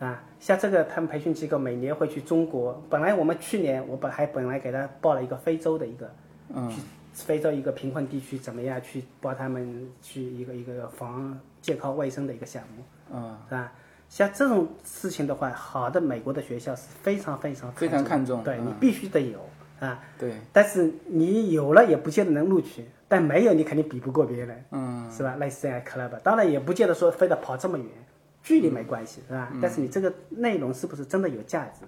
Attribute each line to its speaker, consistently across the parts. Speaker 1: 啊，像这个他们培训机构每年会去中国。本来我们去年我本还本来给他报了一个非洲的一个，嗯，非洲一个贫困地区怎么样去帮他们去一个一个防健康卫生的一个项目，嗯，是吧？像这种事情的话，好的美国的学校是非常非常
Speaker 2: 非常看重
Speaker 1: 对
Speaker 2: 嗯
Speaker 1: 你必须得有啊。
Speaker 2: 对，
Speaker 1: 但是你有了也不见得能录取，但没有你肯定比不过别人。
Speaker 2: 嗯，
Speaker 1: 是吧？类似这样 club，当然也不见得说非得跑这么远，距离没关系，是吧？
Speaker 2: 嗯
Speaker 1: 但是你这个内容是不是真的有价值？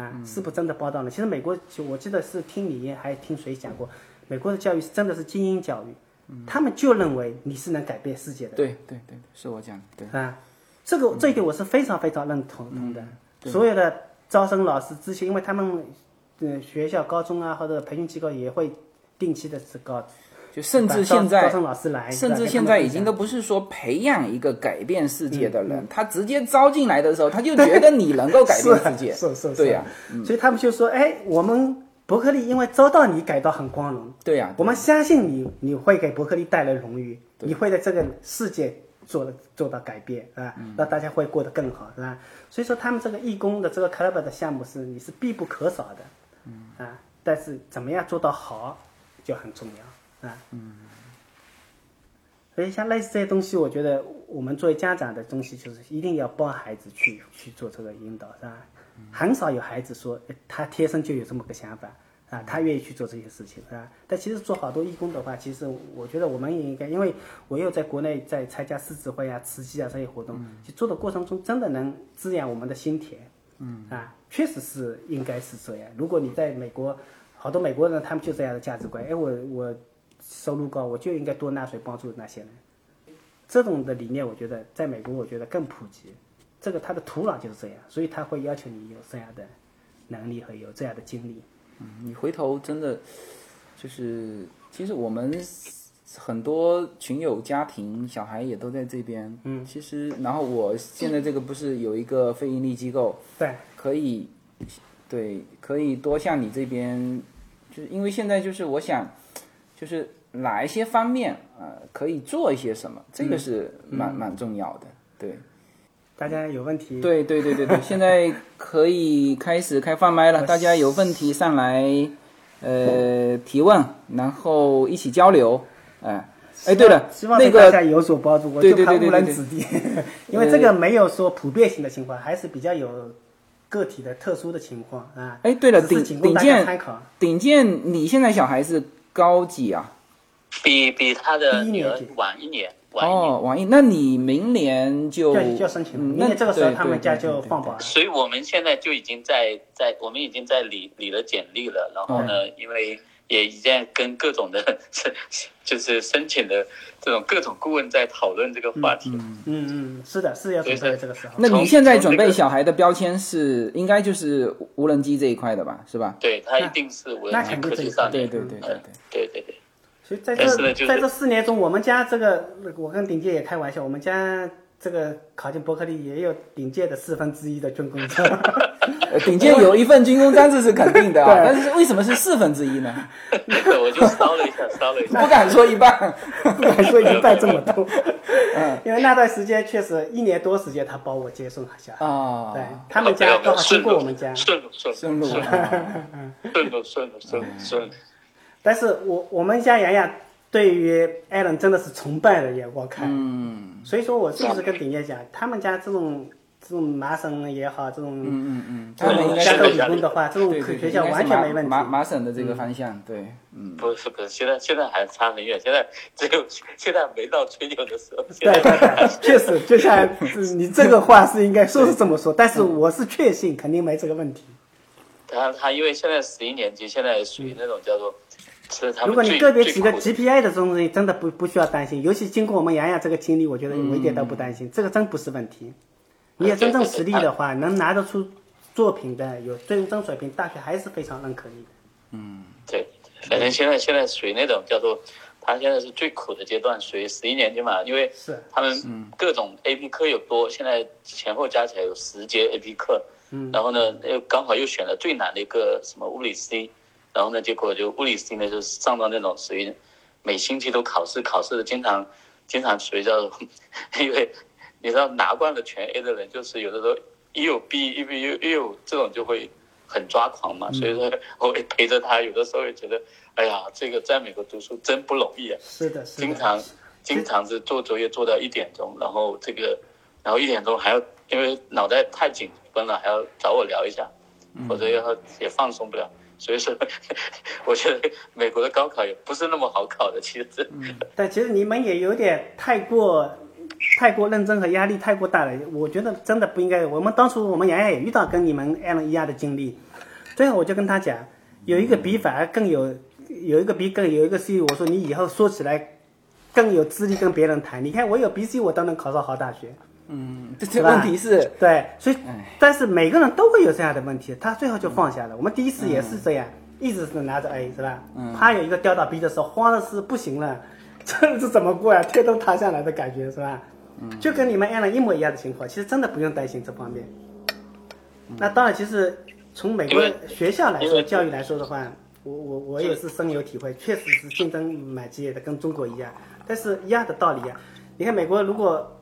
Speaker 1: 啊，
Speaker 2: 嗯
Speaker 1: 是不是真的报道呢？其实美国，就我记得是听你还听谁讲过，美国的教育是真的是精英教育，
Speaker 2: 嗯
Speaker 1: 他们就认为你是能改变世界的，
Speaker 2: 对对对，是我讲的，对，
Speaker 1: 啊，这
Speaker 2: 嗯
Speaker 1: 个这一点我是非常非常认同同的。所有的招生老师之前，因为他们，嗯，学校、高中啊或者培训机构也会定期的这个，
Speaker 2: 就甚至
Speaker 1: 招
Speaker 2: 现在
Speaker 1: 招生老师来，
Speaker 2: 甚
Speaker 1: 是
Speaker 2: 至
Speaker 1: 吧
Speaker 2: 现在已经都不是说培养一个改变世界的
Speaker 1: 嗯
Speaker 2: 人，他直接招进来的时候，他就觉得你能够改变世 界，
Speaker 1: 是啊是是，
Speaker 2: 对呀、嗯
Speaker 1: 所以他们就说，哎，我们伯克利因为招到你，感到很光荣，
Speaker 2: 对呀、
Speaker 1: 我们相信你，你会给伯克利带来荣誉，你会在这个世界做了做到改变，啊，让大家会过得更好，是吧？所以说他们这个义工的这个 club 的项目是你是必不可少的，嗯啊，但是怎么样做到好就很重要啊，嗯。所以像类似这些东西，我觉得我们作为家长的东西，就是一定要帮孩子去去做这个引导，是吧？很少有孩子说呃他天生就有这么个想法啊，他愿意去做这些事情啊。但其实做好多义工的话，其实我觉得我们也应该，因为我也有在国内在参加狮子会啊、慈济啊这些活动，就做的过程中真的能滋养我们的心田。嗯啊，确实是应该是这样。如果你在美国，好多美国人他们就这样的价值观，哎，我我收入高，我就应该多纳税帮助那些人。这种的理念，我觉得在美国，我觉得更普及。这个它的土壤就是这样，所以他会要求你有这样的能力和有这样的经历。
Speaker 2: 嗯你回头真的就是，其实我们很多群友家庭小孩也都在这边，嗯，其实然后我现在这个不是有一个非盈利机构，
Speaker 1: 对，
Speaker 2: 可以，对，可以多向你这边，就是因为现在就是我想，就是哪一些方面呃可以做一些什么，这个是蛮、蛮重要的，对。
Speaker 1: 大家有问题，
Speaker 2: 对对对对对，现在可以开始开放 麦了，大家有问题上来，呃，提问，然后一起交流，哎、哎，对了
Speaker 1: 希，望
Speaker 2: 那
Speaker 1: 对
Speaker 2: 个
Speaker 1: 大家有所帮助。我
Speaker 2: 对
Speaker 1: 就
Speaker 2: 对
Speaker 1: 怕
Speaker 2: 对对
Speaker 1: 误人
Speaker 2: 对
Speaker 1: 子 弟，因为这个没有说普遍性的情况，还是比较有个体的特殊的情况啊。
Speaker 2: 哎对了
Speaker 1: 只是
Speaker 2: 顶
Speaker 1: 仅供大
Speaker 2: 顶
Speaker 1: 家
Speaker 2: 尖
Speaker 1: 参考。
Speaker 2: 顶健，你现在小孩是高几啊？
Speaker 3: 比比他的
Speaker 1: 第一
Speaker 3: 女
Speaker 1: 年
Speaker 3: 儿
Speaker 1: 级
Speaker 3: 晚一年，晚一年。
Speaker 2: 哦，网易，那你明年就
Speaker 1: 对，就要申请了，
Speaker 2: 嗯
Speaker 1: 因
Speaker 2: 那
Speaker 1: 为这个时候
Speaker 2: 对
Speaker 1: 他
Speaker 2: 对
Speaker 1: 们家
Speaker 2: 对对
Speaker 1: 就
Speaker 2: 对
Speaker 1: 放
Speaker 2: 对
Speaker 1: 榜了。
Speaker 3: 所以我们现在就已经在在我们已经在理理了简历
Speaker 1: 哦
Speaker 3: 了，然后呢，因为也已经在跟各种的 申就是申请的这种各种顾问在讨论这个话题。
Speaker 1: 嗯嗯，是的，是要准备这个时候。
Speaker 2: 那你
Speaker 3: 从
Speaker 2: 现在
Speaker 3: 从
Speaker 2: 准
Speaker 3: 这个
Speaker 2: 备小孩的标签是应该就是无人机这一块的吧，是吧？
Speaker 3: 对他一定是无
Speaker 1: 那
Speaker 3: 人机
Speaker 1: 肯定
Speaker 3: 科
Speaker 1: 这
Speaker 3: 技
Speaker 1: 一
Speaker 3: 少
Speaker 1: 块
Speaker 2: 对
Speaker 3: 年。嗯
Speaker 2: 对对对对。
Speaker 3: 对对对，
Speaker 1: 所以在这
Speaker 3: 但是呢就是
Speaker 1: 在这四年中，我们家这个，我跟顶界也开玩笑，我们家这个考进伯克利也有顶界的四分之一的军工证。
Speaker 2: 呃顶尖有一份军功章这是肯定的啊，
Speaker 1: 对
Speaker 2: 但是为什么是四分之一呢？
Speaker 3: 对 我就烧了一下，烧了一
Speaker 2: 不
Speaker 3: 下。
Speaker 2: 敢说一半。
Speaker 1: 不敢说一半这么多，因为那段时间确实一年多时间，他帮我接送小孩，
Speaker 2: 啊，
Speaker 1: 对 他们家刚好经
Speaker 3: 哦顺
Speaker 1: 过
Speaker 3: 路
Speaker 1: 我们家，
Speaker 3: 顺路顺
Speaker 2: 顺路
Speaker 3: 顺路
Speaker 2: 啊，
Speaker 3: 顺路顺路顺
Speaker 1: 嗯
Speaker 3: 路顺路。
Speaker 1: 但是我我们家洋洋对于艾伦真的是崇拜的眼光看，
Speaker 2: 嗯
Speaker 1: 所以说我是不是跟顶姐讲，他们家这种这种麻省也好，这
Speaker 2: 嗯
Speaker 1: 种
Speaker 2: 嗯嗯，他
Speaker 1: 这
Speaker 2: 们应
Speaker 1: 种
Speaker 2: 该
Speaker 1: 加
Speaker 2: 是
Speaker 1: 州
Speaker 3: 对
Speaker 1: 理工的话，这种
Speaker 2: 对对对
Speaker 1: 学校
Speaker 2: 应该
Speaker 1: 完
Speaker 2: 是
Speaker 1: 全
Speaker 2: 马
Speaker 1: 没问题
Speaker 2: 马。马省的这个方向，对，嗯，
Speaker 3: 不是不是，现在现在还差很远，现在只有 现在没到吹牛的时候。现
Speaker 1: 对对
Speaker 3: 在
Speaker 1: 对， 确实，就像嗯你这个话是应该说是这么说，但是我是确信肯定没这个问题。
Speaker 3: 他他因为现在十一年级，现在属于那种叫做，是他
Speaker 1: 如
Speaker 3: 们
Speaker 1: 果
Speaker 3: 最
Speaker 1: 你个别
Speaker 3: 最
Speaker 1: 几个
Speaker 3: 苦的
Speaker 1: GPI 的这种东西，真的不不需要担心。尤其经过我们洋洋这个经历，我觉得我一点都不担
Speaker 3: 嗯
Speaker 1: 心，这个真不是问
Speaker 3: 哎
Speaker 1: 题。你有真正实力的话，能拿得出作品的，有最终水平，大学还是非常认可你的。
Speaker 3: 对，反正现在现在属于那种叫做，他现在是最苦的阶段，属于十一年级嘛，因为
Speaker 1: 是嗯
Speaker 3: 他们各种 AP 课有多，现在前后加起来有十节 AP 课，
Speaker 1: 嗯
Speaker 3: 然后呢又刚好又选了最难的一个什么物理 C，然后呢结果就物理 C 呢就上到那种属 于每星期都考试，考试的经常经常属于叫做，因为你知道拿惯了全 A 的人，就是有的时候一有 B 一有又又有这种就会很抓狂嘛。所以说，我也陪着他，有的时候也觉得，哎呀，这个在美国读书真不容易啊。
Speaker 1: 是的，是的，
Speaker 3: 经常经常是做作业做到一点钟，然后这个，然后一点钟还要因为脑袋太紧绷了，还要找我聊一下，否则要也放松不了。所以说， 我觉得美国的高考也不是那么好考的，其实。
Speaker 1: 但其实你们也有点太过。太过认真和压力太过大了，我觉得真的不应该。我们当初我们洋洋也遇到跟你们 L 一样的经历，最后我就跟他讲，有一个 B 反而更有， 有一个 B 更有一个 C，我说你以后说起来更有资历跟别人谈。你看我有 B、C，我都能考上好大学。
Speaker 2: 嗯，这
Speaker 1: 是
Speaker 2: 这
Speaker 1: 吧
Speaker 2: 问题是，
Speaker 1: 对，所以
Speaker 3: 哎
Speaker 2: 唉
Speaker 1: 但是每个人都会有这样的问题，他最后就放下了。我们第一次也是这样，
Speaker 3: 嗯
Speaker 1: 一直是拿着 A 是吧？他有一个掉到 B 的时候，慌的是不行了， 这是怎么过呀、天都塌下来的感觉是吧？
Speaker 3: 嗯
Speaker 1: 就跟你们 a l 一模一样的情况，其实真的不用担心这方面。
Speaker 3: 嗯
Speaker 1: 那当然，其实从美国
Speaker 3: 因为
Speaker 1: 学校来
Speaker 3: 因
Speaker 1: 说，
Speaker 3: 为
Speaker 1: 教育来说的话，我我我也是深有体会，确实是竞争蛮激烈的，跟中国一样。但是一样的道理呀、你看美国如果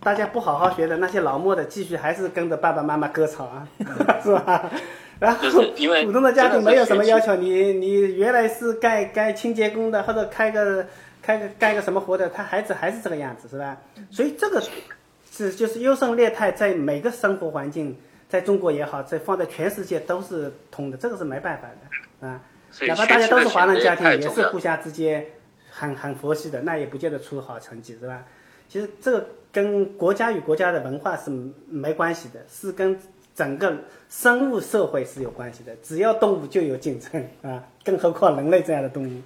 Speaker 1: 大家不好好学的那些老墨的，继续还是跟着爸爸妈妈割草啊， 是吧？然后
Speaker 3: 嗯就是因为
Speaker 1: 普通的家庭没有什么
Speaker 3: 真的是
Speaker 1: 要求，你你原来是干干清洁工的，或者开个开个干个什么活的，他孩子还是这个样子，是吧？所以这个是就是优胜劣汰，在每个生活环境，在中国也好，在放在全世界都是通的，这个是没办法的啊。
Speaker 3: 所以
Speaker 1: 哪怕大家都是华人家庭，
Speaker 3: 学习的选择也太
Speaker 1: 也
Speaker 3: 重
Speaker 1: 是
Speaker 3: 要
Speaker 1: 互相之间很很佛系的，那也不见得出好成绩，是吧？其实这个跟国家与国家的文化是没关系的，是跟整个生物社会是有关系的。只要动物就有竞争啊，更何况人类这样的动物。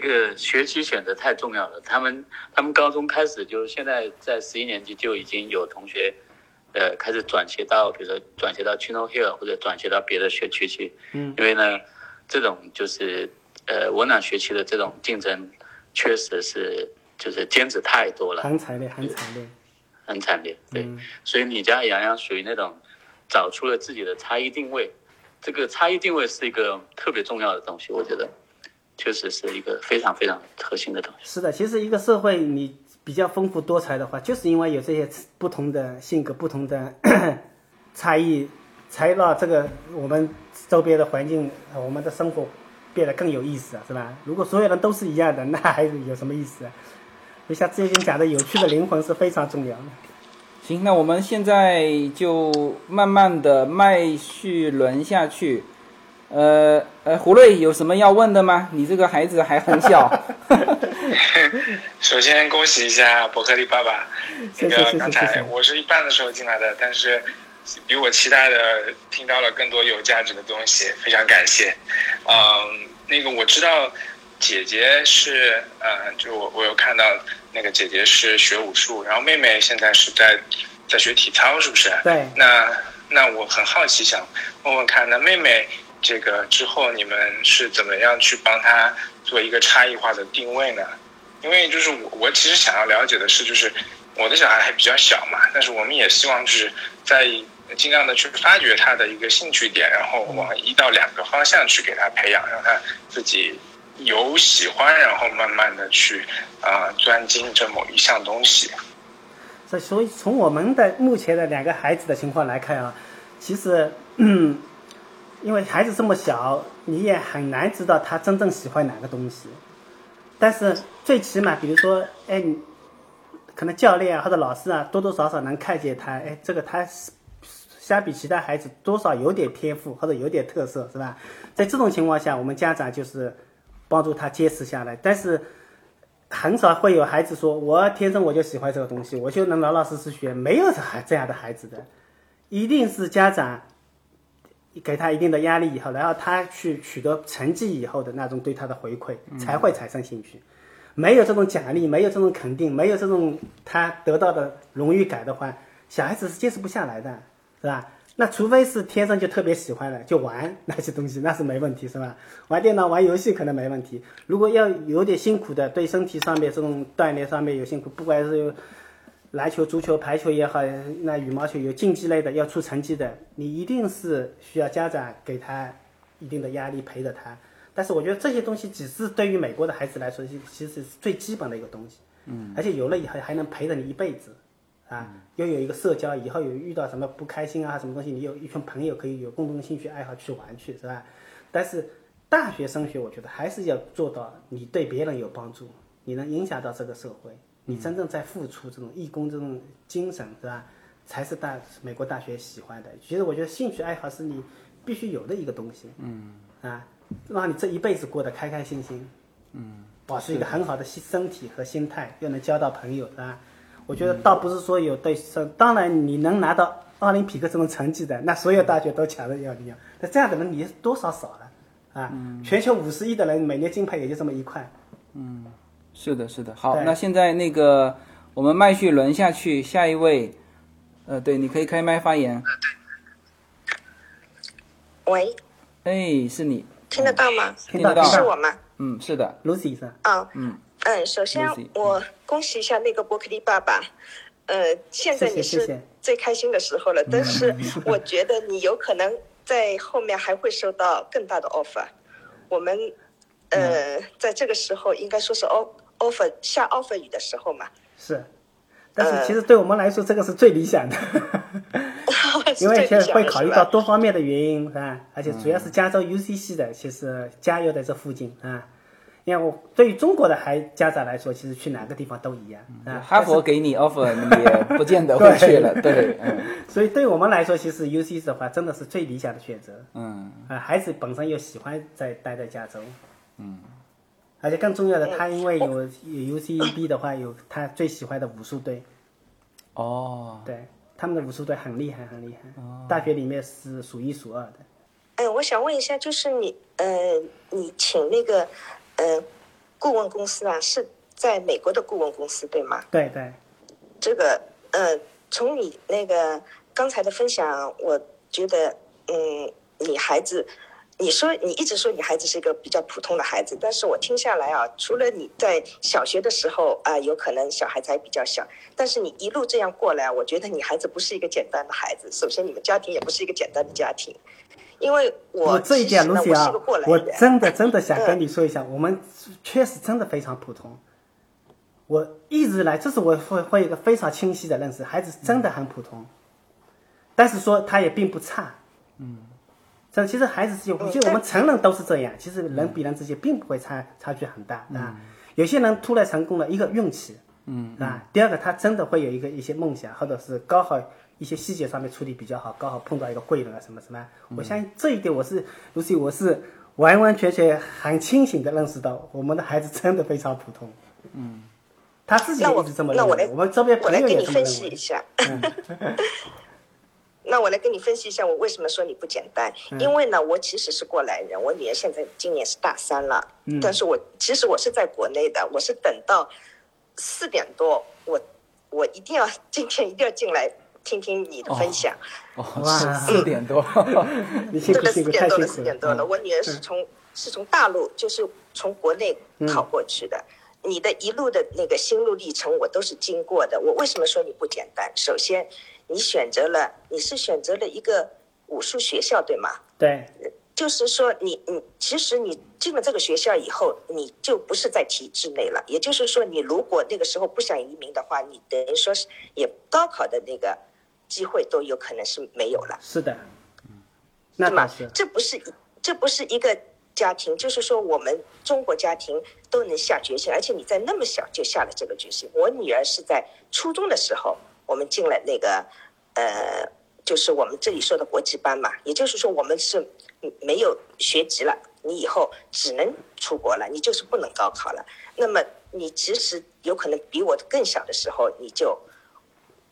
Speaker 3: 这个学区选择太重要了。他们他们高中开始就是现在在十一年级就已经有同学，呃，开始转学到，比如说转学到 Chino Hill 或者转学到别的学区去。嗯，因为呢，这种就是呃温暖学区的这种竞争，确实是就是尖子太嗯多了，
Speaker 1: 很惨烈，很惨烈。
Speaker 3: 很惨烈。对，所以你家洋洋属于那种找出了自己的差异定位，这个差异定位是一个特别重要的东西，我觉得。确实是一个非常非常核心的东西。
Speaker 1: 是的，其实一个社会你比较丰富多彩的话，就是因为有这些不同的性格、不同的 差异，才让这个我们周边的环境、呃我们的生活变得更有意思啊，是吧？如果所有人都是一样的，那还有什么意思啊？就像之前讲的，有趣的灵魂是非常重要的。
Speaker 2: 行，那我们现在就慢慢的麦序轮下去。呃呃，胡瑞有什么要问的吗？你这个孩子还很小。
Speaker 4: 首先恭喜一下伯克利爸爸，
Speaker 1: 谢谢谢
Speaker 4: 那个
Speaker 1: 谢
Speaker 4: 刚
Speaker 1: 谢
Speaker 4: 才
Speaker 1: 谢。
Speaker 4: 我是一半的时候进来的，但是比我期待的听到了更多有价值的东西，非常感谢。嗯，那个我知道姐姐是呃，就我我有看到那个姐姐是学武术，然后妹妹现在是在在学体操，是不是？
Speaker 1: 对
Speaker 4: 那那我很好奇，想问问看，那妹妹这个之后你们是怎么样去帮她做一个差异化的定位呢？因为就是我我其实想要了解的是，就是我的小孩还比较小嘛，但是我们也希望就是在尽量的去发掘他的一个兴趣点，然后往一到两个方向去给他培养，让他自己有喜欢，然后慢慢的去啊、呃钻进这某一项东西。
Speaker 1: 所以，所以从我们的目前的两个孩子的情况来看啊，其实，嗯，因为孩子这么小，你也很难知道他真正喜欢哪个东西。但是最起码，比如说，哎，你可能教练啊或者老师啊，多多少少能看见他，哎，这个他是相比其他孩子多少有点天赋或者有点特色，是吧？在这种情况下，我们家长就是帮助他坚持下来，但是。很少会有孩子说我天生我就喜欢这个东西，我就能老老实实学，没有孩这样的孩子的，一定是家长给他一定的压力以后，然后他去取得成绩以后的那种对他的回馈，才会产生兴趣。没有这种奖励，没有这种肯定，没有这种他得到的荣誉感的话，小孩子是坚持不下来的，是吧？那除非是天生就特别喜欢的，就玩那些东西，那是没问题，是吧？玩电脑、玩游戏可能没问题。如果要有点辛苦的，对身体上面这种锻炼上面有辛苦，不管是篮球、足球、排球也好，那羽毛球有竞技类的要出成绩的，你一定是需要家长给他一定的压力陪着他。但是我觉得这些东西只是对于美国的孩子来说，其其实是最基本的一个东西。嗯，而且有了以后还能陪着你一辈子，啊，又有一个社交，以后有遇到什么不开心啊，什么东西，你有一群朋友可以有共同的兴趣爱好去玩去，是吧？但是大学升学，我觉得还是要做到你对别人有帮助，你能影响到这个社会，你真正在付出这种义工这种精神，是吧？才是大美国大学喜欢的。其实我觉得兴趣爱好是你必须有的一个东西，嗯，啊，让你这一辈子过得开开心心，嗯，保持一个很好的心身体和心态，又能交到朋友，是吧？我觉得倒不是说有对生，当然你能拿到奥林匹克这种成绩的，那所
Speaker 5: 嗯
Speaker 1: 有大学都抢着要你要，那这样的人你多少少了啊？
Speaker 5: 嗯
Speaker 1: 全球五十亿的人，每年金牌也就这么一块，
Speaker 2: 是的，是的。好，
Speaker 1: 对
Speaker 2: 那现在那个我们麦序轮下去，下一位，呃，对，你可以开麦发言。
Speaker 5: 喂，
Speaker 2: 哎，是你，
Speaker 5: 听得到吗？
Speaker 1: 嗯听到
Speaker 2: 听得
Speaker 5: 是
Speaker 2: 到
Speaker 5: 我吗？
Speaker 2: 嗯，是的，
Speaker 1: Lucy 是吧？
Speaker 5: 啊，嗯首先
Speaker 2: Lucy，嗯
Speaker 5: 我恭喜一下那个伯克利爸爸，呃，现在
Speaker 1: 谢谢
Speaker 5: 你
Speaker 1: 谢嗯
Speaker 5: 是
Speaker 1: 谢
Speaker 5: 最开心的时候了，但是我觉得你有可能在后面还会收到更大的 offer。我们
Speaker 1: 嗯
Speaker 5: 呃，在这个时候应该说是 o- offer 下 offer 雨的时候嘛，
Speaker 1: 是，但
Speaker 5: 呃
Speaker 1: 是其实对我们来说，这个是最理 想的。
Speaker 5: 是
Speaker 1: 因为
Speaker 5: 最
Speaker 1: 现
Speaker 5: 理
Speaker 1: 在
Speaker 5: 想
Speaker 1: 会
Speaker 5: 的
Speaker 1: 考
Speaker 5: 是
Speaker 1: 虑
Speaker 5: 吧嗯
Speaker 1: 到多方面的原因，是吧？而且主要是加州 UCC 的，其实家又在这附近啊。因为我对于中国的孩家长来说，其实去哪个地方都一样
Speaker 5: 嗯
Speaker 1: 啊。
Speaker 2: 哈佛给你 offer，你也不见得会去 了，对，嗯
Speaker 1: 所以对我们来说，其实 UCC 的话真的是最理想的选择
Speaker 2: 嗯，
Speaker 1: 啊。孩子本身又喜欢在待在加州，嗯，而且更重要的，他因为有有 UCB 的话，有他最喜欢的武术队，
Speaker 2: 哦，
Speaker 1: 对，他们的武术队很厉害，很厉害，大学里面是数一数二的。
Speaker 5: 嗯，我想问一下，就是你，呃，你请那个，呃，顾问公司啊，是在美国的顾问公司对吗？
Speaker 1: 对对，
Speaker 5: 这个，呃，从你那个刚才的分享，我觉得，嗯，你孩子，你说你一直说你孩子是一个比较普通的孩子，但是我听下来啊，除了你在小学的时候啊、有可能小孩子还比较小，但是你一路这样过来，我觉得你孩子不是一个简单的孩子。首先，你们家庭也不是一个简单的家庭，因为我
Speaker 1: 我这一点
Speaker 5: 其实呢
Speaker 1: ，Lucy
Speaker 5: 我是
Speaker 1: 啊
Speaker 5: 一个嗯过来，
Speaker 1: 我
Speaker 5: 人。
Speaker 1: 真的真的 想跟你说一下，我们确实真的非常普通。我一直来，这是我会会有一个非常清晰的认识，孩子真的很普通，但是说他也并不差。嗯，这其实孩子是有，
Speaker 5: 嗯
Speaker 1: 就我们成人都是这样，其实人比人之间并不会差差距很大啊。有些人突然成功了，一个运气，嗯啊，第二个他真的会有一个一些梦想，或者是刚好一些细节上面处理比较好，刚好碰到一个贵人啊什么什么，我相信这一点我是 Lucy，我是完完全全很清醒的认识到，我们的孩子真的非常普通，嗯，他自己
Speaker 5: 那
Speaker 1: 也
Speaker 5: 我
Speaker 1: 一直这么
Speaker 5: 那
Speaker 1: 认
Speaker 5: 我
Speaker 1: 为，
Speaker 5: 来
Speaker 1: 我们周边
Speaker 5: 我
Speaker 1: 朋
Speaker 5: 来
Speaker 1: 友
Speaker 5: 给
Speaker 1: 也
Speaker 5: 你
Speaker 1: 这么
Speaker 5: 分
Speaker 1: 认
Speaker 5: 析一
Speaker 1: 为，嗯
Speaker 5: 下。 那我来跟你分析一下，我为什么说你不简单？
Speaker 1: 嗯
Speaker 5: 因为呢，我其实是过来人，我女儿现在今年是大三了，
Speaker 1: 嗯
Speaker 5: 但是我其实我是在国内的，我是等到四点多，我我一定要今天一定要进来听听你的分享。
Speaker 2: 哦，
Speaker 1: 哇
Speaker 2: 是四点多，
Speaker 1: 你辛
Speaker 5: 这
Speaker 1: 苦
Speaker 5: 个
Speaker 1: 辛
Speaker 5: 四
Speaker 1: 苦，
Speaker 5: 点
Speaker 1: 太
Speaker 5: 多
Speaker 1: 辛
Speaker 5: 了，
Speaker 1: 苦
Speaker 5: 四点多了。
Speaker 1: 嗯嗯
Speaker 5: 我女儿是从是从大陆，就是从国内考过去的。你的一路的那个心路历程，我都是经过的。我为什么说你不简单？首先，你选择了，你是选择了一个武术学校，对吗？
Speaker 1: 对
Speaker 5: 就是说你，你其实你进了这个学校以后，你就不是在体制内了。也就是说，你如果那个时候不想移民的话，你等于说是也高考的那个机会都有可能是没有了。
Speaker 1: 是的，那倒
Speaker 5: 是吗
Speaker 1: 是？，
Speaker 5: 这不是这不是一个家庭，就是说我们中国家庭都能下决心，而且你在那么小就下了这个决心。我女儿是在初中的时候，我们进了那个呃，就是我们这里说的国际班嘛，也就是说我们是没有学籍了，你以后只能出国了，你就是不能高考了。那么你其实有可能比我更小的时候，你就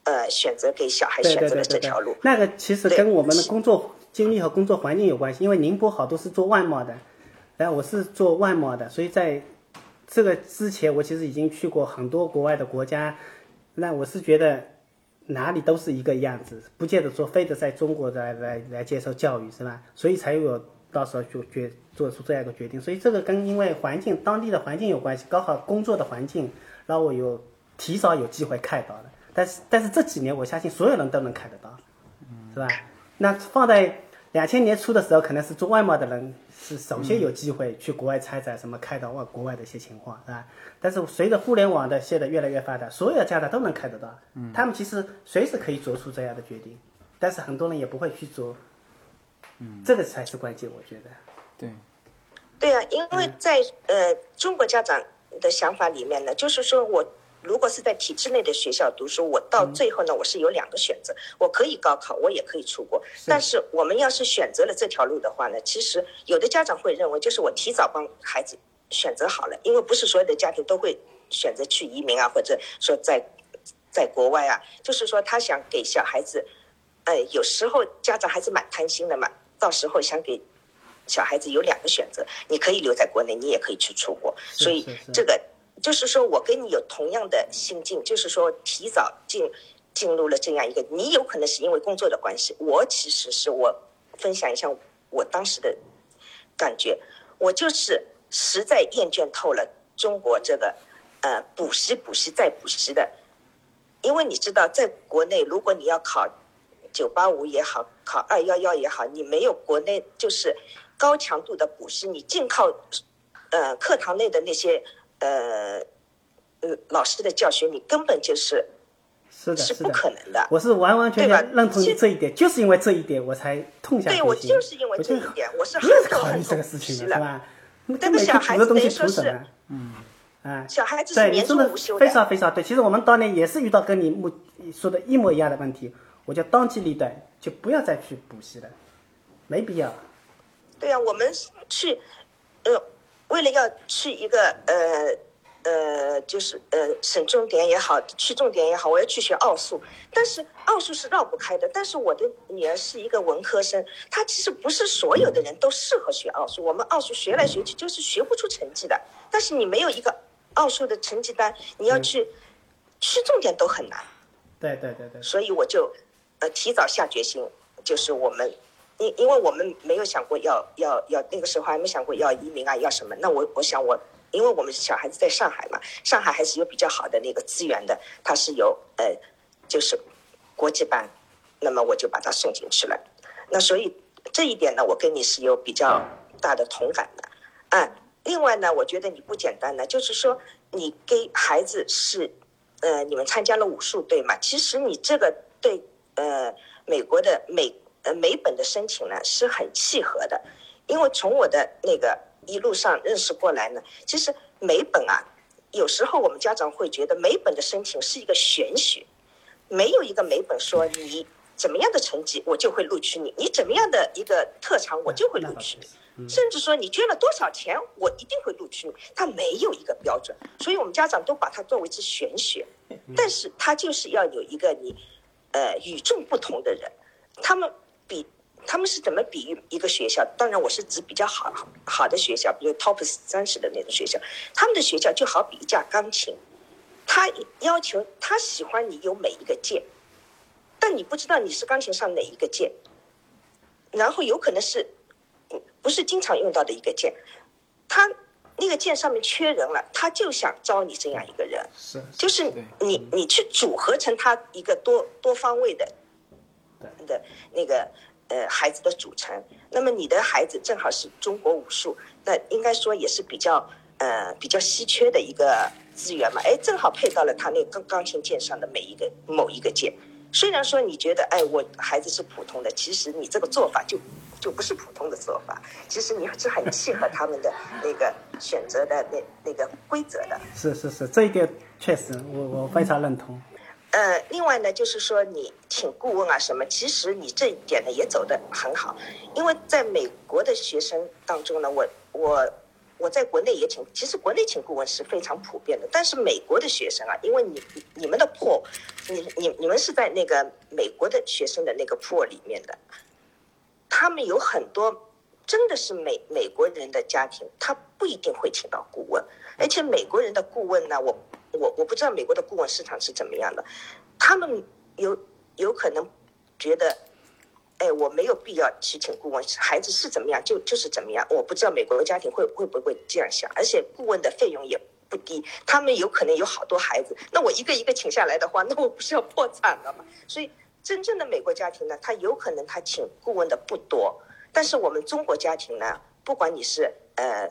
Speaker 5: 呃选择给小孩
Speaker 1: 对
Speaker 5: 选
Speaker 1: 对
Speaker 5: 择
Speaker 1: 对
Speaker 5: 了
Speaker 1: 对
Speaker 5: 这
Speaker 1: 对
Speaker 5: 条路。，
Speaker 1: 那个其实
Speaker 5: 对
Speaker 1: 跟我们的工作经历和工作环境有关系，因为宁波好多是做外贸的，然后我是做外贸的，所以在这个之前，我其实已经去过很多国外的国家，那我是觉得哪里都是一个样子，不见得说非得在中国来来来接受教育是吧？所以才有到时候就决做出这样一个决定，所以这个跟因为环境当地的环境有关系，刚好工作的环境让我有提早有机会看到的，但是但是这几年我相信所有人都能看得到，是吧？那放在两千年初的时候，可能是做外贸的人是首先有机会去国外参展，什么看到外国外的一些情况，是吧？但是随着互联网的现在越来越发达，所有的家长都能看得到，他们其实随时可以做出这样的决定，但是很多人也不会去做，嗯，这个才是关键，我觉得。
Speaker 2: 对，
Speaker 5: 对啊，因为在呃中国家长的想法里面呢，就是说我如果是在体制内的学校读书，我到最后呢，我是有两个选择，我可以高考，我也可以出国。但是我们要是选择了这条路的话呢，其实有的家长会认为，就是我提早帮孩子选择好了，因为不是所有的家庭都会选择去移民啊，或者说在在国外啊，就是说他想给小孩子，呃，有时候家长还是蛮贪心的嘛，到时候想给小孩子有两个选择，你可以留在国内，你也可以去出国。所以
Speaker 1: 是
Speaker 5: 这个就是说我跟你有同样的心境，就是说提早进进入了这样一个，你有可能是因为工作的关系，我其实是我分享一下我当时的感觉，我就是实在厌倦透了中国这个呃补习补习再补习的，因为你知道，在国内如果你要考九八五也好，考二幺幺也好，你没有国内就是高强度的补习，你净靠呃课堂内的那些呃呃老师的教学，你根本就是
Speaker 1: 是的，是
Speaker 5: 是不
Speaker 1: 的，
Speaker 5: 可能的。
Speaker 1: 我是完完全
Speaker 5: 对吧
Speaker 1: 全认同你
Speaker 5: 现
Speaker 1: 这一点，就是因为这一点我才痛下决
Speaker 5: 对，
Speaker 1: 心。
Speaker 5: 我就是因为
Speaker 1: 我
Speaker 5: 这
Speaker 1: 就
Speaker 5: 一点，我是
Speaker 1: 不
Speaker 5: 很
Speaker 1: 是
Speaker 5: 痛
Speaker 1: 考虑
Speaker 5: 恨
Speaker 1: 这个
Speaker 5: 痛
Speaker 1: 事
Speaker 5: 苦
Speaker 1: 情
Speaker 5: 习
Speaker 1: 了，是
Speaker 5: 了。
Speaker 1: 吧？你
Speaker 5: 这
Speaker 1: 根
Speaker 5: 个
Speaker 1: 本
Speaker 5: 小
Speaker 1: 就
Speaker 5: 孩
Speaker 1: 读的
Speaker 5: 子
Speaker 1: 东西
Speaker 5: 等于说
Speaker 1: 图什
Speaker 5: 是
Speaker 1: 么？嗯，啊，
Speaker 5: 小孩子是
Speaker 1: 对，你
Speaker 5: 年
Speaker 1: 说
Speaker 5: 中
Speaker 1: 的
Speaker 5: 无休的
Speaker 1: 非。常非常对。其实我们当年也是遇到跟你目说的一模一样的问题，我就当机立断，就不要再去补习了，没必要。
Speaker 5: 对啊，我们去，呃，为了要去一个呃呃，就是呃省重点也好，区重点也好，我要去学奥数，但是奥数是绕不开的。但是我的女儿是一个文科生，她其实不是所有的人都适合学奥数。我们奥数学来学去就是学不出成绩的，但是你没有一个奥数的成绩单，你要去区重点都很难。
Speaker 1: 对对对对，
Speaker 5: 所以我就呃提早下决心，就是我们因因为我们没有想过要要要那个时候还没想过要移民啊要什么，那我我想我因为我们小孩子在上海嘛，上海还是有比较好的那个资源的，它是有呃就是国际班，那么我就把他送进去了。那所以这一点呢，我跟你是有比较大的同感的。啊，另外呢，我觉得你不简单呢，就是说你给孩子是，呃，你们参加了武术队嘛，其实你这个对呃美国的美呃美本的申请呢是很契合的，因为从我的那个一路上认识过来呢，其实美本啊，有时候我们家长会觉得美本的申请是一个玄学，没有一个美本说你怎么样的成绩我就会录取你，你怎么样的一个特长我就会
Speaker 1: 那
Speaker 5: 录
Speaker 1: 倒
Speaker 5: 取
Speaker 1: 是
Speaker 5: 你。甚至说你捐了多少钱，我一定会录取你。他没有一个标准，所以我们家长都把它作为是玄学，但是他就是要有一个你，呃，与众不同的人。他们比他们是怎么比喻一个学校？当然，我是指比较好好的学校，比如 Top 三十的那种学校，他们的学校就好比一架钢琴，他要求他喜欢你有每一个键，但你不知道你是钢琴上哪一个键，然后有可能是不不是经常用到的一个键，他那个键上面缺人了，他就想招你这样一个人，
Speaker 1: 是
Speaker 5: 就是你你去组合成他一个多多方位的的那个呃孩子的组成。那么你的孩子正好是中国武术，那应该说也是比较呃比较稀缺的一个资源嘛。哎，正好配到了他那个钢钢琴键上的每一个某一个键。虽然说你觉得哎我孩子是普通的，其实你这个做法就就不是普通的做法，其实你是很 契合他们的那个选择的那那个规则的。
Speaker 1: 是是是，这一点确实我我非常认同。
Speaker 5: 呃，另外呢，就是说你请顾问啊什么，其实你这一点呢也走得很好，因为在美国的学生当中呢，我我我在国内也请，其实国内请顾问是非常普遍的，但是美国的学生啊，因为你你们的 pool，你你你们是在那个美国的学生的那个 pool 里面的，他们有很多真的是美美国人的家庭，他不一定会请到顾问，而且美国人的顾问呢，我我我不知道美国的顾问市场是怎么样的，他们有有可能觉得，哎，我没有必要去请顾问，孩子是怎么样就就是怎么样，我不知道美国的家庭会会不会这样想，而且顾问的费用也。不低，他们有可能有好多孩子，那我一个一个请下来的话，那我不是要破产了吗？所以真正的美国家庭呢，他有可能他请顾问的不多，但是我们中国家庭呢，不管你是呃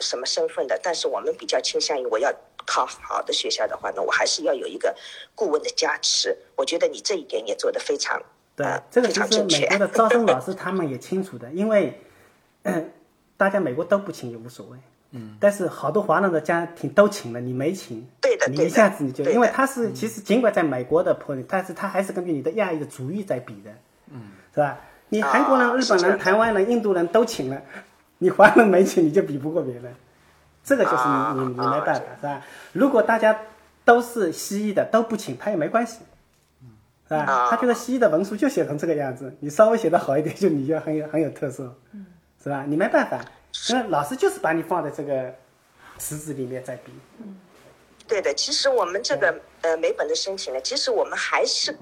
Speaker 5: 什么身份的，但是我们比较倾向于我要考好的学校的话呢，我还是要有一个顾问的加持。我觉得你这一点也做得非常
Speaker 1: 对
Speaker 5: 呃，
Speaker 1: 这个
Speaker 5: 非
Speaker 1: 其
Speaker 5: 常
Speaker 1: 实
Speaker 5: 正
Speaker 1: 美
Speaker 5: 确。
Speaker 1: 国的招生老师他们也清楚的，因为咳大家美国都不请也无所谓。嗯，但是好多华人的家庭都请了，你没请，
Speaker 5: 对的
Speaker 1: 你
Speaker 5: 对
Speaker 1: 一
Speaker 5: 的
Speaker 1: 下子你就，
Speaker 5: 对的嗯
Speaker 1: 因为他是其实尽管在美国的朋友，但是他还是根据你的亚裔的族裔在比的，嗯，是吧？你韩国人、
Speaker 5: 啊
Speaker 1: 日本
Speaker 5: 是这
Speaker 1: 人、
Speaker 5: 样的
Speaker 1: 台湾人、印度人都请了，你华人没请，你就比不过别人。这个就是
Speaker 5: 啊
Speaker 1: 你你你没
Speaker 5: 啊
Speaker 1: 办法是吧？如果大家都是西医的，都不请他也没关系，是吧
Speaker 5: 啊？
Speaker 1: 他觉得西医的文书就写成这个样子，你稍微写的好一点，就你就很有很有特色，
Speaker 5: 嗯
Speaker 1: 是吧？你没办法，因为老师就是把你放在这个池子里面在比，
Speaker 5: 对的，其实我们这个呃美本的申请呢，其实我们还是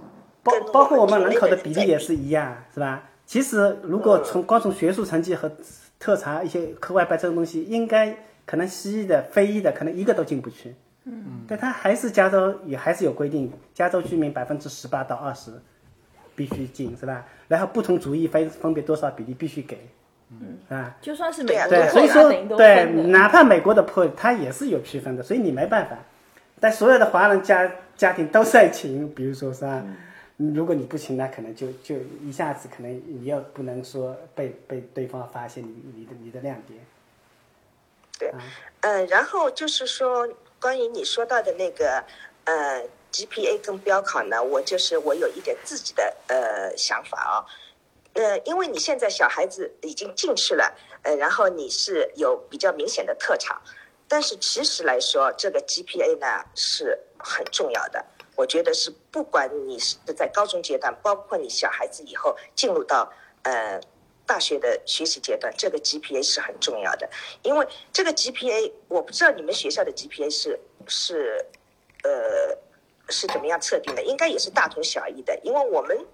Speaker 1: 包
Speaker 5: 跟
Speaker 1: 包括我们
Speaker 5: 们
Speaker 1: 人口的比
Speaker 5: 同类
Speaker 1: 例
Speaker 5: 人
Speaker 1: 也是一样，是吧？其实如果从光从学术成绩和特长一些课外班这种东西，应该可能西医的、非医的可能一个都进不去。嗯，但它还是加州也还是有规定，加州居民百分之十八到二十必须进，是吧？然后不同族裔分分别多少比例必须给，嗯啊，
Speaker 6: 就算是美
Speaker 5: 对啊
Speaker 6: 国
Speaker 5: 对
Speaker 6: 的
Speaker 1: 对，
Speaker 5: 啊
Speaker 1: 所以
Speaker 6: 话
Speaker 1: 说
Speaker 6: 等于都
Speaker 1: 对
Speaker 6: 分，了
Speaker 1: 哪怕美国的 p o 它也是有区分的，所以你没办法。但所有的华人家家庭都在请，比如说是吧？
Speaker 5: 嗯
Speaker 1: 如果你不请，那可能就就一下子可能你又不能说被被对方发现你你的你的亮点。
Speaker 5: 对，嗯，然后就是说，关于你说到的那个呃 GPA 跟标考呢，我就是我有一点自己的呃想法啊、呃，因为你现在小孩子已经进去了，呃，然后你是有比较明显的特长，但是其实来说，这个 GPA 呢是很重要的。我觉得是不管你是在高中阶段，包括你小孩子以后进入到呃大学的学习阶段，这个 GPA 是很重要的。因为这个 GPA，我不知道你们学校的 GPA 是是呃是怎么样测定的，应该也是大同小异的，因为我们。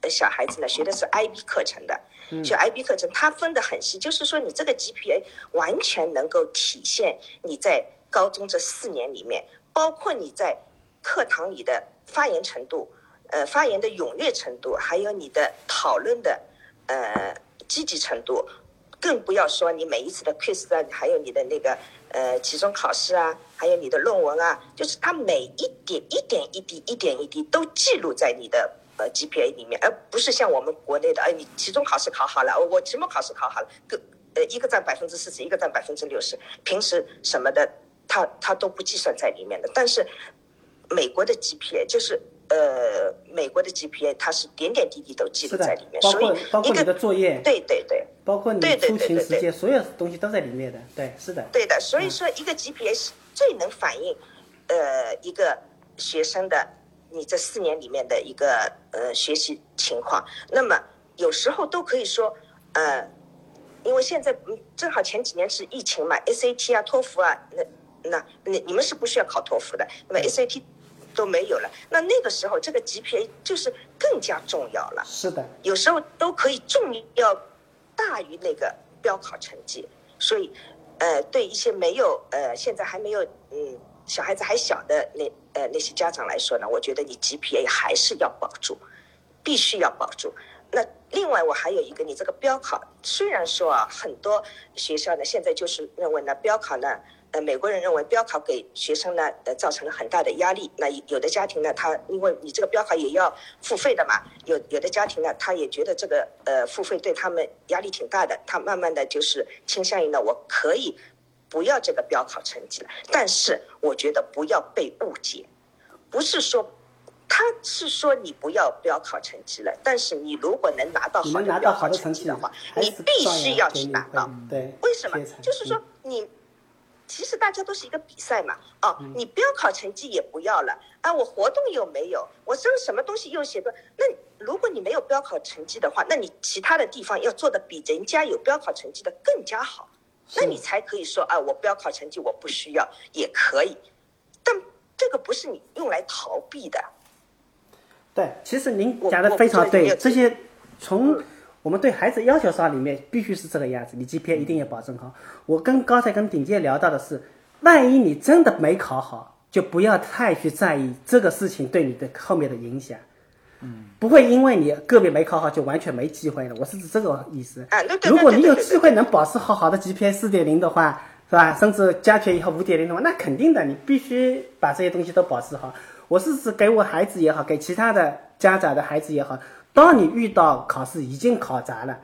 Speaker 5: 呃小孩子呢学的是 IB 课程的，学 IB 课程它分得很细，就是说你这个 GPA 完全能够体现你在高中这四年里面，包括你在课堂里的发言程度，呃，发言的踊跃程度，还有你的讨论的呃积极程度，更不要说你每一次的 quiz 啊，还有你的那个呃期中考试啊，还有你的论文啊，就是它每一点一点一滴一点一滴都记录在你的呃 GPA 里面，而不是像我们国内的，哎，你期中考试考好了，哦我期末考试考好了，个呃一个占百分之四十，一个占百分之六十，平时什么的它它都不计算在里面的，但是。美国的 GPA 就是呃，美国的 GPA 它是点点滴滴都记录
Speaker 1: 是
Speaker 5: 在
Speaker 1: 的
Speaker 5: 里面，，
Speaker 1: 包
Speaker 5: 所以
Speaker 1: 括包括
Speaker 5: 一
Speaker 1: 你
Speaker 5: 个
Speaker 1: 的作业，
Speaker 5: 对对对
Speaker 1: 包括你
Speaker 5: 对对
Speaker 1: 出
Speaker 5: 对
Speaker 1: 勤
Speaker 5: 对
Speaker 1: 时
Speaker 5: 对
Speaker 1: 间，所有东西都在里面的。对，是的，
Speaker 5: 对的，
Speaker 1: 嗯
Speaker 5: 所以说一个 GPA 是最能反映呃一个学生的你这四年里面的一个呃学习情况。那么有时候都可以说呃，因为现在嗯正好前几年是疫情嘛，SAT 啊、托福啊，那那你你们是不需要考托福的，那
Speaker 1: 嗯
Speaker 5: 么 SAT 都没有了，那那个时候这个 GPA 就是更加重要了。
Speaker 1: 是的，
Speaker 5: 有时候都可以重要大于那个标考成绩，所以，呃，对一些没有呃现在还没有嗯小孩子还小的那呃那些家长来说呢，我觉得你 GPA 还是要保住，必须要保住。那另外我还有一个，你这个标考虽然说啊，很多学校呢现在就是认为呢标考呢。呃，美国人认为标考给学生呢，呃，造成了很大的压力。那有的家庭呢，他因为你这个标考也要付费的嘛，有有的家庭呢，他也觉得这个呃付费对他们压力挺大的，他慢慢的就是倾向于呢，我可以不要这个标考成绩了。但是我觉得不要被误解，不是说。他是说你不要标考成绩了，但是你如果能拿到
Speaker 1: 你
Speaker 5: 好
Speaker 1: 能
Speaker 5: 的
Speaker 1: 拿
Speaker 5: 标
Speaker 1: 到
Speaker 5: 考
Speaker 1: 好的
Speaker 5: 成
Speaker 1: 成
Speaker 5: 绩
Speaker 1: 绩
Speaker 5: 的话，
Speaker 1: 还
Speaker 5: 你
Speaker 1: 是
Speaker 5: 必
Speaker 1: 照
Speaker 5: 须
Speaker 1: 样
Speaker 5: 要
Speaker 1: 给
Speaker 5: 去
Speaker 1: 你
Speaker 5: 拿
Speaker 1: 会
Speaker 5: 到。
Speaker 1: 对，
Speaker 5: 为什么
Speaker 1: 贴彩？
Speaker 5: 就是说
Speaker 1: 嗯
Speaker 5: 你，其实大家都是一个比赛嘛。哦，你标考成绩也不要了啊，我活动又没有，我这什么东西又写的？那如果你没有标考成绩的话，那你其他的地方要做的比人家有标考成绩的更加好，那你才可以说啊，我标考成绩我不需要也可以，但这个不是你用来逃避的。
Speaker 1: 对，其实您
Speaker 5: 我
Speaker 1: 讲的
Speaker 5: 我
Speaker 1: 非常
Speaker 5: 这里
Speaker 1: 对
Speaker 5: 也，
Speaker 1: 这些从我们对孩子要求上里面必须是这个样子，你 GPA 一定要保证好。我跟刚才跟顶杰聊到的是，万一你真的没考好，就不要太去在意这个事情对你的后面的影响。不会因为你个别没考好就完全没机会了，我是指这个意思
Speaker 5: 啊对对。对
Speaker 1: 如果你有
Speaker 5: 对对对
Speaker 1: 机会能保持好好的 GPA 四点零的话，是吧？甚至加权以后五点零的话，那肯定的，你必须把这些东西都保持好。我是指给我孩子也好，给其他的家长的孩子也好，当你遇到考试已经考砸了，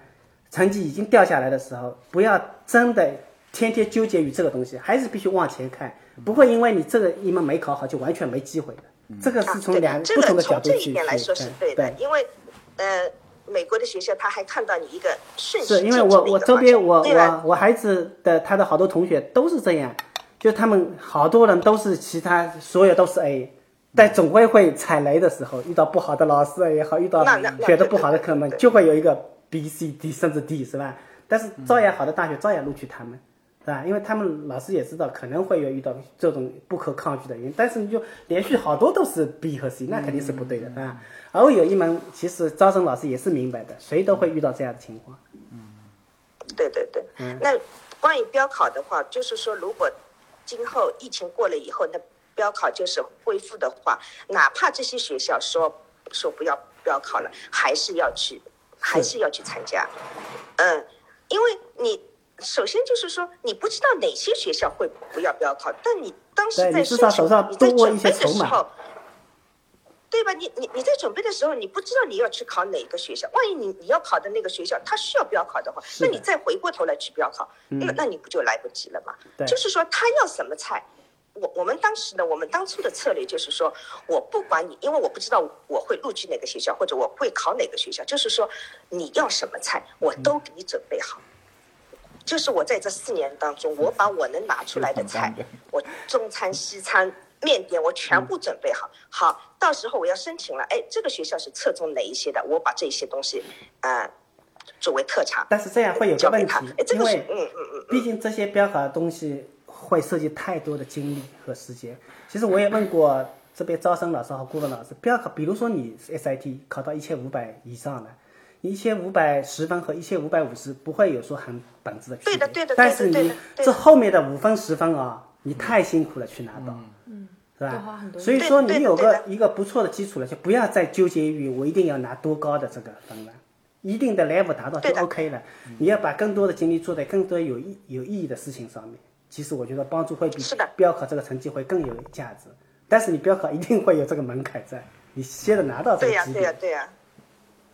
Speaker 1: 成绩已经掉下来的时候，不要真的天天纠结于这个东西，还是必须往前看，不会因为你这个一门没考好就完全没机会的。这个是从两
Speaker 5: 啊、对
Speaker 1: 不同的
Speaker 5: 这
Speaker 1: 角
Speaker 5: 个从
Speaker 1: 度
Speaker 5: 这
Speaker 1: 去
Speaker 5: 一点来说是
Speaker 1: 对
Speaker 5: 对的，因为呃，美国的学校他还看到你一个顺时
Speaker 1: 是因为
Speaker 5: 进出
Speaker 1: 我
Speaker 5: 的一
Speaker 1: 我
Speaker 5: 个
Speaker 1: 周
Speaker 5: 方
Speaker 1: 边
Speaker 5: 向
Speaker 1: 我
Speaker 5: 对吧
Speaker 1: 我我孩子的他的好多同学都是这样，就他们好多人都是其他所有都是 A，但总归会踩雷的时候，遇到不好的老师也好，遇到
Speaker 5: 那那那
Speaker 1: 学的不好的
Speaker 5: 对对
Speaker 1: 课们
Speaker 5: 对，对
Speaker 1: 就会有一个 B、C、D 甚至 D 是吧？但是照样好的大学照样录取他们，是吧？因为他们老师也知道可能会有遇到这种不可抗拒的原因，但是你就连续好多都是 B 和 C，那肯定是不对的，是吧？偶有一门，其实招生老师也是明白的，谁都会遇到这样的情况。
Speaker 5: 对对对，
Speaker 1: 嗯
Speaker 5: 那关于标考的话，就是说，如果今后疫情过了以后，那标考就是恢复的话，哪怕这些学校说说不要标考了，还是要去，还是要去参加。嗯，因为你首先就是说，你不知道哪些学校会不要标考，但你当时
Speaker 1: 对
Speaker 5: 在
Speaker 1: 你至少
Speaker 5: 申请
Speaker 1: 手上
Speaker 5: 你在
Speaker 1: 多握
Speaker 5: 准
Speaker 1: 一些
Speaker 5: 备的
Speaker 1: 筹
Speaker 5: 时
Speaker 1: 码
Speaker 5: 候。对吧？你你你在准备的时候，你不知道你要去考哪一个学校，万一你你要考的那个学校它需要标考的话，
Speaker 1: 是
Speaker 5: 那
Speaker 1: 的
Speaker 5: 你再回过头来去标考，那那你不就来不及了嘛？
Speaker 1: 对
Speaker 5: 就是说他要什么菜，我我们当时呢，我们当初的策略就是说，我不管你，因为我不知道我会录取哪个学校，或者我会考哪个学校，就是说你要什么菜，我都给你准备好。就是我在这四年当中，我把我能拿出来的菜
Speaker 2: 嗯，
Speaker 5: 我中餐、西餐、面点，我全部准备好。好，到时候我要申请了，哎，这个学校是侧重哪一些的？我把这些东西，呃，作为特长
Speaker 1: 但是这样会有个
Speaker 5: 交
Speaker 1: 问
Speaker 5: 给
Speaker 1: 题
Speaker 5: 他。哎，，这
Speaker 1: 因
Speaker 5: 个是
Speaker 1: 为，
Speaker 5: 嗯嗯嗯，
Speaker 1: 毕竟这些标考的东西会涉及太多的精力和时间。其实我也问过这边招生老师和顾问老师，标考，比如说你 SAT 考到一千五百以上了。一千五百十分和一千五百五十不会有说很本质的区别，
Speaker 5: 对的对的对的
Speaker 1: 但是
Speaker 5: 对
Speaker 1: 你
Speaker 5: 的对的
Speaker 1: 这后面的五分十分啊，你太辛苦了去拿到，
Speaker 5: 嗯
Speaker 1: 是
Speaker 6: 多花
Speaker 1: 吧
Speaker 6: 很？多
Speaker 1: 所以说
Speaker 5: 对
Speaker 1: 你
Speaker 5: 对
Speaker 1: 有
Speaker 5: 对
Speaker 1: 个
Speaker 5: 的
Speaker 1: 一个不错的基础了，就不要再纠结于我一定要拿多高的这个分了，一定的 level 达到就
Speaker 5: 对的
Speaker 1: OK 了。你要把更多的精力做在更多有意有意义的事情上面，其实我觉得帮助会比
Speaker 5: 是的
Speaker 1: 标考这个成绩会更有价值。但是你标考一定会有这个门槛在，你先得拿到这
Speaker 5: 对
Speaker 1: 个
Speaker 5: 呀
Speaker 1: 级
Speaker 5: 对呀
Speaker 1: 别，
Speaker 5: 对呀，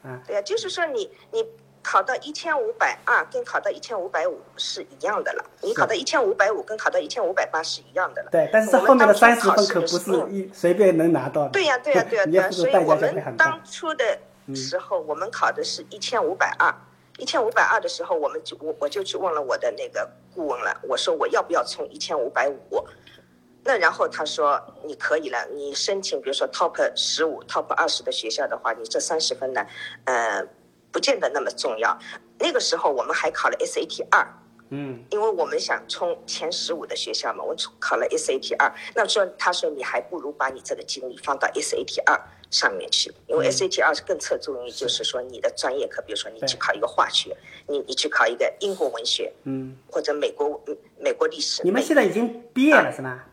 Speaker 1: 啊，
Speaker 5: 对呀，就是说你你考到一千五百二跟考到一千五百五是一样的了，你考到一千五百五跟考到一千五百八是一样的了。
Speaker 1: 对。但是这
Speaker 5: 我们
Speaker 1: 后面的
Speaker 5: 当
Speaker 1: 三
Speaker 5: 初
Speaker 1: 十
Speaker 5: 考
Speaker 1: 分
Speaker 5: 试
Speaker 1: 可
Speaker 5: 的
Speaker 1: 不
Speaker 5: 时候嗯
Speaker 1: 是一随便能拿到的。
Speaker 5: 对呀、对呀、对 呀、
Speaker 1: 你
Speaker 5: 对
Speaker 1: 要
Speaker 5: 呀、
Speaker 1: 付出
Speaker 5: 所以
Speaker 1: 代
Speaker 5: 我
Speaker 1: 价就会
Speaker 5: 们
Speaker 1: 很大嗯
Speaker 5: 当。初的时候，我们考的是一千五百二，一千五百二的时候，我们就我我就去问了我的那个顾问了，我说我要不要冲一千五百五？那然后他说你可以了，你申请比如说 top 十五、top 二十的学校的话，你这三十分呢，呃，不见得那么重要。那个时候我们还考了 SAT 二，
Speaker 1: 嗯，
Speaker 5: 因为我们想冲前十五的学校嘛，我考了 SAT 二，那说他说你还不如把你这个精力放到 SAT 二上面去，因
Speaker 1: 嗯
Speaker 5: 为 SAT 二是更侧重于就是说你的专业课，比如说你
Speaker 1: 对
Speaker 5: 去考一个化学，你你去考一个英国文学，
Speaker 1: 嗯，
Speaker 5: 或者美国嗯美国历史。
Speaker 1: 你们
Speaker 5: 美
Speaker 1: 现在已经毕业了是吗？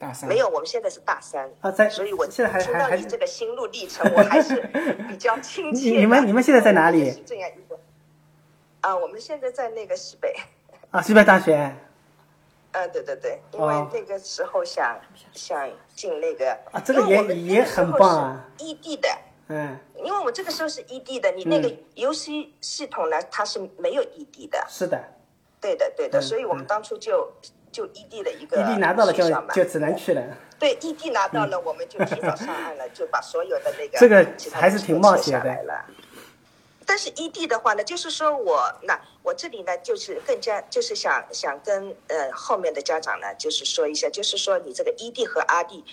Speaker 2: 大三
Speaker 5: 没有，我们现在是大三
Speaker 1: 啊在
Speaker 5: 所以我
Speaker 1: 现在还
Speaker 5: 听到
Speaker 1: 还
Speaker 5: 你这个心路历程， 我还是比较亲切的。
Speaker 1: 你你们你们现在在哪里
Speaker 5: 是这样一个啊，我们现在在那个西北。
Speaker 1: 啊，西北大学。
Speaker 5: 呃，对对对，因为
Speaker 1: 哦
Speaker 5: 那个时候想、想进那个
Speaker 1: 啊这个也也很棒啊！
Speaker 5: 异地 E 的，
Speaker 1: 嗯，
Speaker 5: 因为我这个时候是异地的，你那个游戏系统呢，它是没有异地的，
Speaker 1: 是的，
Speaker 5: 对的对的，
Speaker 1: 嗯
Speaker 5: 所以我们当初就就异地的一个
Speaker 1: 一定拿到了就
Speaker 5: 学校嘛
Speaker 1: 就只能去了。
Speaker 5: 对异地拿到了，我们就提早上岸了，就把所有的那个
Speaker 1: 这个
Speaker 5: 其他
Speaker 1: 还是
Speaker 5: 东西
Speaker 1: 挺
Speaker 5: 都
Speaker 1: 冒
Speaker 5: 撤下
Speaker 1: 险的
Speaker 5: 来了。但是异地的话呢，就是说我那我这里呢，就是更加就是想想跟呃后面的家长呢，就是说一下，就是说你这个异地和阿地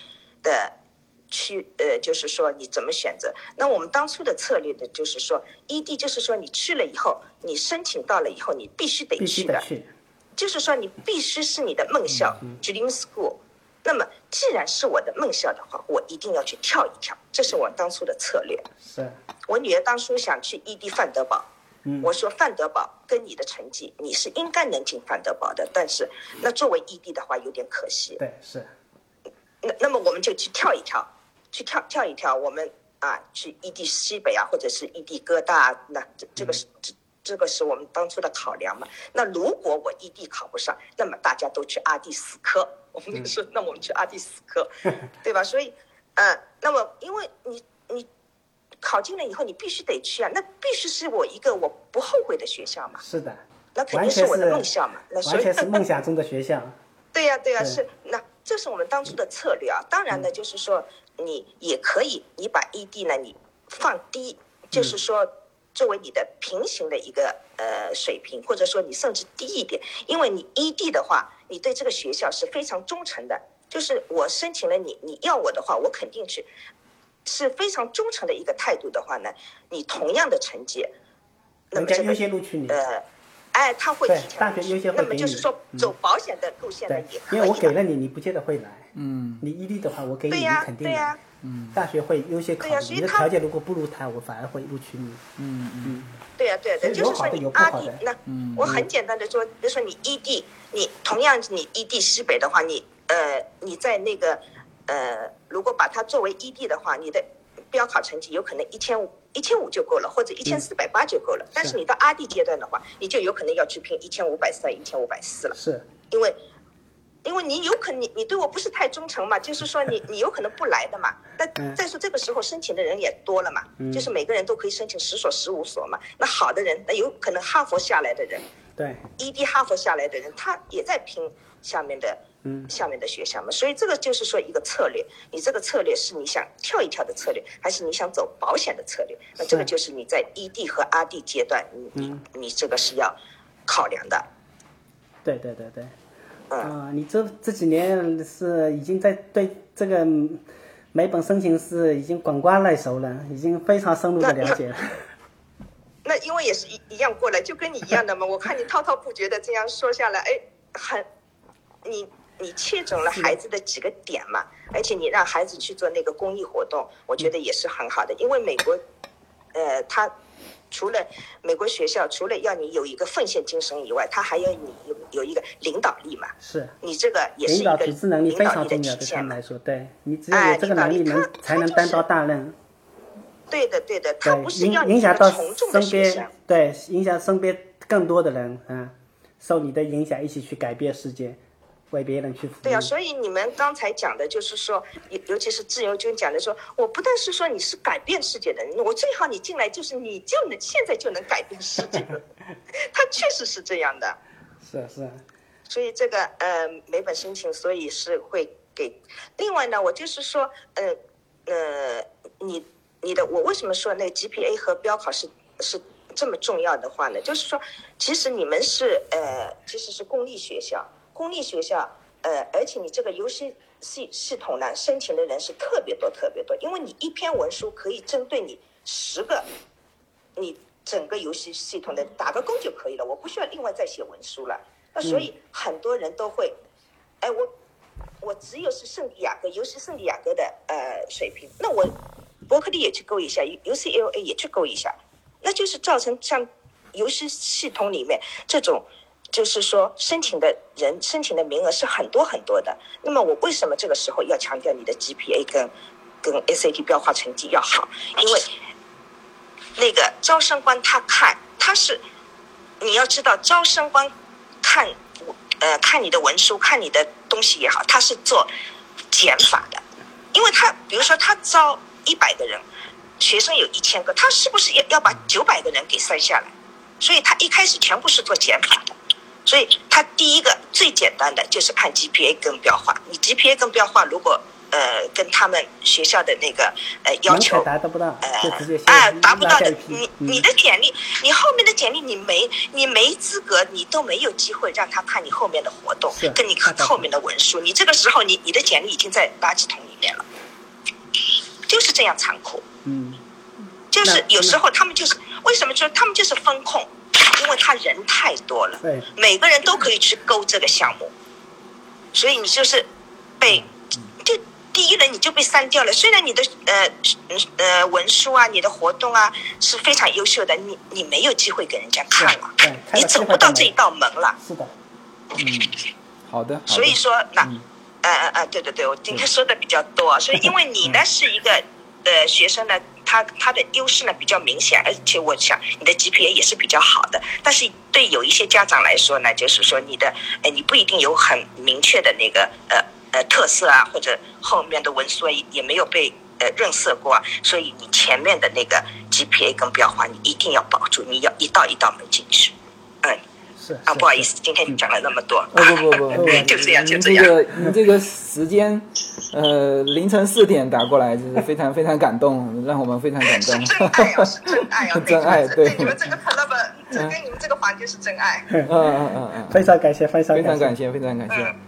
Speaker 5: 的区呃，就是说你怎么选择？那我们当初的策略呢，就是说异地，就是说你去了以后，你申请到了以后，你必须得
Speaker 1: 必
Speaker 5: 去
Speaker 1: 须
Speaker 5: 的
Speaker 1: 得，去。
Speaker 5: 就是说你必须是你的梦校 dream school。那么既然是我的梦校的话，我一定要去跳一跳，这是我当初的策略。
Speaker 1: 是，
Speaker 5: 我女儿当初想去异地范德堡，我说范德堡跟你的成绩，你是应该能进范德堡的，但是那作为异地的话有点可惜。
Speaker 1: 对，是。
Speaker 5: 那那么我们就去跳一跳，去跳跳一跳，我们啊、啊，去异地西北啊，或者是异地哥大啊，那这这个
Speaker 1: 嗯
Speaker 5: 是这这个是我们当初的考量嘛。那如果我异地考不上，那么大家都去阿第斯科，我们那
Speaker 1: 嗯
Speaker 5: 个时候，那我们去阿第斯 科，对吧？所以，呃，那么因为你你考进了以后，你必须得去啊，那必须是我一个我不后悔的学校嘛，
Speaker 1: 是的，
Speaker 5: 那肯
Speaker 1: 完
Speaker 5: 定是
Speaker 1: 全
Speaker 5: 我的
Speaker 1: 是
Speaker 5: 梦想嘛。那所
Speaker 1: 完
Speaker 5: 以
Speaker 1: 全是梦想中的学校。
Speaker 5: 对呀、对呀、
Speaker 1: 对嗯
Speaker 5: 是那这是我们当初的策略啊。当然呢，就是说你也可以，你把 ED 呢你放低，
Speaker 1: 嗯
Speaker 5: 就是说作为你的平行的一个呃水平，或者说你甚至低一点，因为你 ED 的话，你对这个学校是非常忠诚的，就是我申请了你，你要我的话，我肯定去。是非常忠诚的一个态度的话呢，你同样的成绩， 那
Speaker 1: 人
Speaker 5: 么
Speaker 1: 家
Speaker 5: 这
Speaker 1: 优
Speaker 5: 个
Speaker 1: 先录取你，
Speaker 5: 呃，哎，他会
Speaker 1: 对
Speaker 5: 提前
Speaker 1: 大学优先会
Speaker 5: 那么
Speaker 1: 给
Speaker 5: 就
Speaker 1: 你
Speaker 5: 是说
Speaker 1: 嗯
Speaker 5: 走保险的路线呢
Speaker 1: 对，
Speaker 5: 也可以
Speaker 1: 因为我
Speaker 5: 的
Speaker 1: 给了你，你不见得会来。
Speaker 2: 嗯，
Speaker 1: 你异地的话，我给你，
Speaker 5: 对
Speaker 1: 你
Speaker 5: 呀
Speaker 1: 肯定
Speaker 5: 对呀
Speaker 1: 来。嗯，大学会优先考
Speaker 5: 对呀
Speaker 1: 虑
Speaker 5: 所
Speaker 1: 你
Speaker 5: 以
Speaker 1: 的
Speaker 5: 他
Speaker 1: 条件，如果不如他，我反而会录取你。
Speaker 5: 对呀、对呀、对、
Speaker 1: 所以
Speaker 5: 就是
Speaker 1: 有好
Speaker 5: 说
Speaker 1: 的
Speaker 5: 你
Speaker 1: 有不
Speaker 5: 阿
Speaker 1: 好
Speaker 5: 弟
Speaker 1: 的嗯
Speaker 5: 那，我很简单的说，比如说你异地，你同样你异地西北的话，你呃你在那个呃，如果把它作为异地的话，你的标考成绩有可能一千五。一千五就够了，或者一
Speaker 1: 嗯
Speaker 5: 千四百八就够了。但是你到阿弟阶段的话，你就有可能要去拼一千五百三、一千五百四了。
Speaker 1: 是，
Speaker 5: 因为因为你有可能你你对我不是太忠诚嘛，就是说你你有可能不来的嘛。
Speaker 1: 嗯
Speaker 5: 但再说这个时候申请的人也多了嘛，就是每个人都可以申请十所十五所嘛。那好的人，那有可能哈佛下来的人，
Speaker 1: 对，
Speaker 5: ED 哈佛下来的人，他也在拼下面的，
Speaker 1: 嗯
Speaker 5: 下面的学校嘛。所以这个就是说一个策略，你这个策略是你想跳一跳的策略，还是你想走保险的策略？那这个
Speaker 1: 是嗯
Speaker 5: 就是你在 ED 和 RD 阶段，你你你这个是要考量的。
Speaker 1: 对对对对。
Speaker 5: 嗯
Speaker 1: 啊、你这这几年是已经在对这个嗯每本申请是已经滚瓜烂熟了，已经非常深入的了解了。
Speaker 5: 那因为也是一一样过来，就跟你一样的嘛。 我看你滔滔不绝的这样说下来，哎，很，你你切中了孩子的几个点嘛，而且你让孩子去做那个公益活动，我觉得也是很好的。因为美国，呃，他除了美国学校除了要你有一个奉献精神以外，他还要你有有一个领导力嘛。
Speaker 1: 是，
Speaker 5: 你这个也是
Speaker 1: 领
Speaker 5: 一
Speaker 1: 导
Speaker 5: 个
Speaker 1: 组织能力
Speaker 5: 领
Speaker 1: 非
Speaker 5: 导
Speaker 1: 常
Speaker 5: 力的
Speaker 1: 重要，
Speaker 5: 体
Speaker 1: 对他
Speaker 5: 现
Speaker 1: 们
Speaker 5: 嘛。
Speaker 1: 来说，对你只有
Speaker 5: 哎
Speaker 1: 有这个
Speaker 5: 领导
Speaker 1: 能力
Speaker 5: 力
Speaker 1: 能
Speaker 5: 他
Speaker 1: 才能
Speaker 5: 他就
Speaker 1: 担
Speaker 5: 是
Speaker 1: 当大任，
Speaker 5: 对的，对的，他
Speaker 1: 对
Speaker 5: 不是
Speaker 1: 影
Speaker 5: 要你
Speaker 1: 影
Speaker 5: 一个
Speaker 1: 响到
Speaker 5: 从众的啊
Speaker 1: 身
Speaker 5: 学生
Speaker 1: 边。，对影响身边更多的人啊，受你的影响一起去改变世界，为别人去服务。
Speaker 5: 对啊，所以你们刚才讲的就是说，尤尤其是自由军讲的说，我不但是说你是改变世界的人，我最好你进来就是你就能现在就能改变世界，他确实是这样的。
Speaker 1: 是啊是，
Speaker 5: 所以这个呃每本申请，所以是会给。另外呢，我就是说，呃呃，你你的我为什么说那个 GPA 和标考是是这么重要的话呢？就是说，其实你们是呃其实是公立学校，公立学校呃，而且你这个优先系系统呢，申请的人是特别多特别多，因为你一篇文书可以针对你十个你整个游戏系统的打个勾就可以了，我不需要另外再写文书了。那所以很多人都会，哎，我我只有是圣地亚哥，尤其圣地亚哥的呃水平，那我伯克利也去勾一下，U C L A 也去勾一下，那就是造成像游戏系统里面这种。就是说，申请的人申请的名额是很多很多的。那么我为什么这个时候要强调你的 GPA 跟跟 SAT 标化成绩要好？因为那个招生官他看，他是你要知道，招生官看呃看你的文书，看你的东西也好，他是做减法的，因为他比如说他招一百个人，学生有一千个，他是不是要要把九百个人给筛下来？所以他一开始全部是做减法的。所以他第一个最简单的就是看 GPA 跟标化，你 GPA 跟标化如果呃跟他们学校的那个呃要
Speaker 1: 门
Speaker 5: 求
Speaker 1: 槛达到不到就直接先
Speaker 5: 哎，达不到
Speaker 1: 拉下
Speaker 5: 的
Speaker 1: 一，批
Speaker 5: 你
Speaker 1: 嗯
Speaker 5: 你的简历，你后面的简历你没你没资格，你都没有机会让他看你后面的活动
Speaker 1: 是，
Speaker 5: 跟你看
Speaker 1: 那倒是
Speaker 5: 后面的文书，你这个时候你你的简历已经在垃圾桶里面了，就是这样残酷。
Speaker 1: 嗯，
Speaker 5: 就是
Speaker 1: 那
Speaker 5: 有时候他们就是为什么说他们就是风控，因为他人太多了，
Speaker 1: 对
Speaker 5: 每个人都可以去勾这个项目，所以你就是被
Speaker 1: 嗯
Speaker 5: 就第一轮你就被删掉了。虽然你的呃呃文书啊、你的活动啊是非常优秀的，你你没有机会给人家看了
Speaker 1: 对对，看
Speaker 5: 你
Speaker 1: 了机
Speaker 5: 走
Speaker 1: 会
Speaker 5: 不
Speaker 1: 都
Speaker 5: 到
Speaker 1: 没
Speaker 5: 这一道门了。
Speaker 1: 是的，
Speaker 2: 嗯好的，好的
Speaker 5: 所以说那，
Speaker 2: 嗯嗯
Speaker 5: 呃呃呃，对对对，我今天说的比较多啊，所以因为你呢是一个呃学生呢，它它的优势呢比较明显，而且我想你的 GPA 也是比较好的。但是对有一些家长来说呢，就是说你的呃你不一定有很明确的那个呃呃特色啊，或者后面的文书啊也也没有被呃润色过啊，所以你前面的那个 GPA 跟标化你一定要保住，你要一道一道门进去。嗯
Speaker 1: 是
Speaker 5: 啊，不好意
Speaker 1: 思，
Speaker 5: 思，今天你讲了那么多，，
Speaker 2: 不嗯哦不不不
Speaker 5: 就这样就
Speaker 2: 您
Speaker 5: 这
Speaker 2: 这
Speaker 5: 样。
Speaker 2: 个您这个时间，呃，凌晨四点打过来，就是非常非常感动，让我们非常感
Speaker 6: 是
Speaker 2: 动。
Speaker 6: 真爱哦，是真爱哦，
Speaker 2: 啊 真爱
Speaker 6: 对
Speaker 2: 对
Speaker 6: 你们这个 club，这跟你们这个环节是真爱。
Speaker 2: 嗯嗯嗯嗯，
Speaker 1: 非常感谢，非常
Speaker 2: 非常
Speaker 1: 感谢
Speaker 2: 感。谢，非常感谢。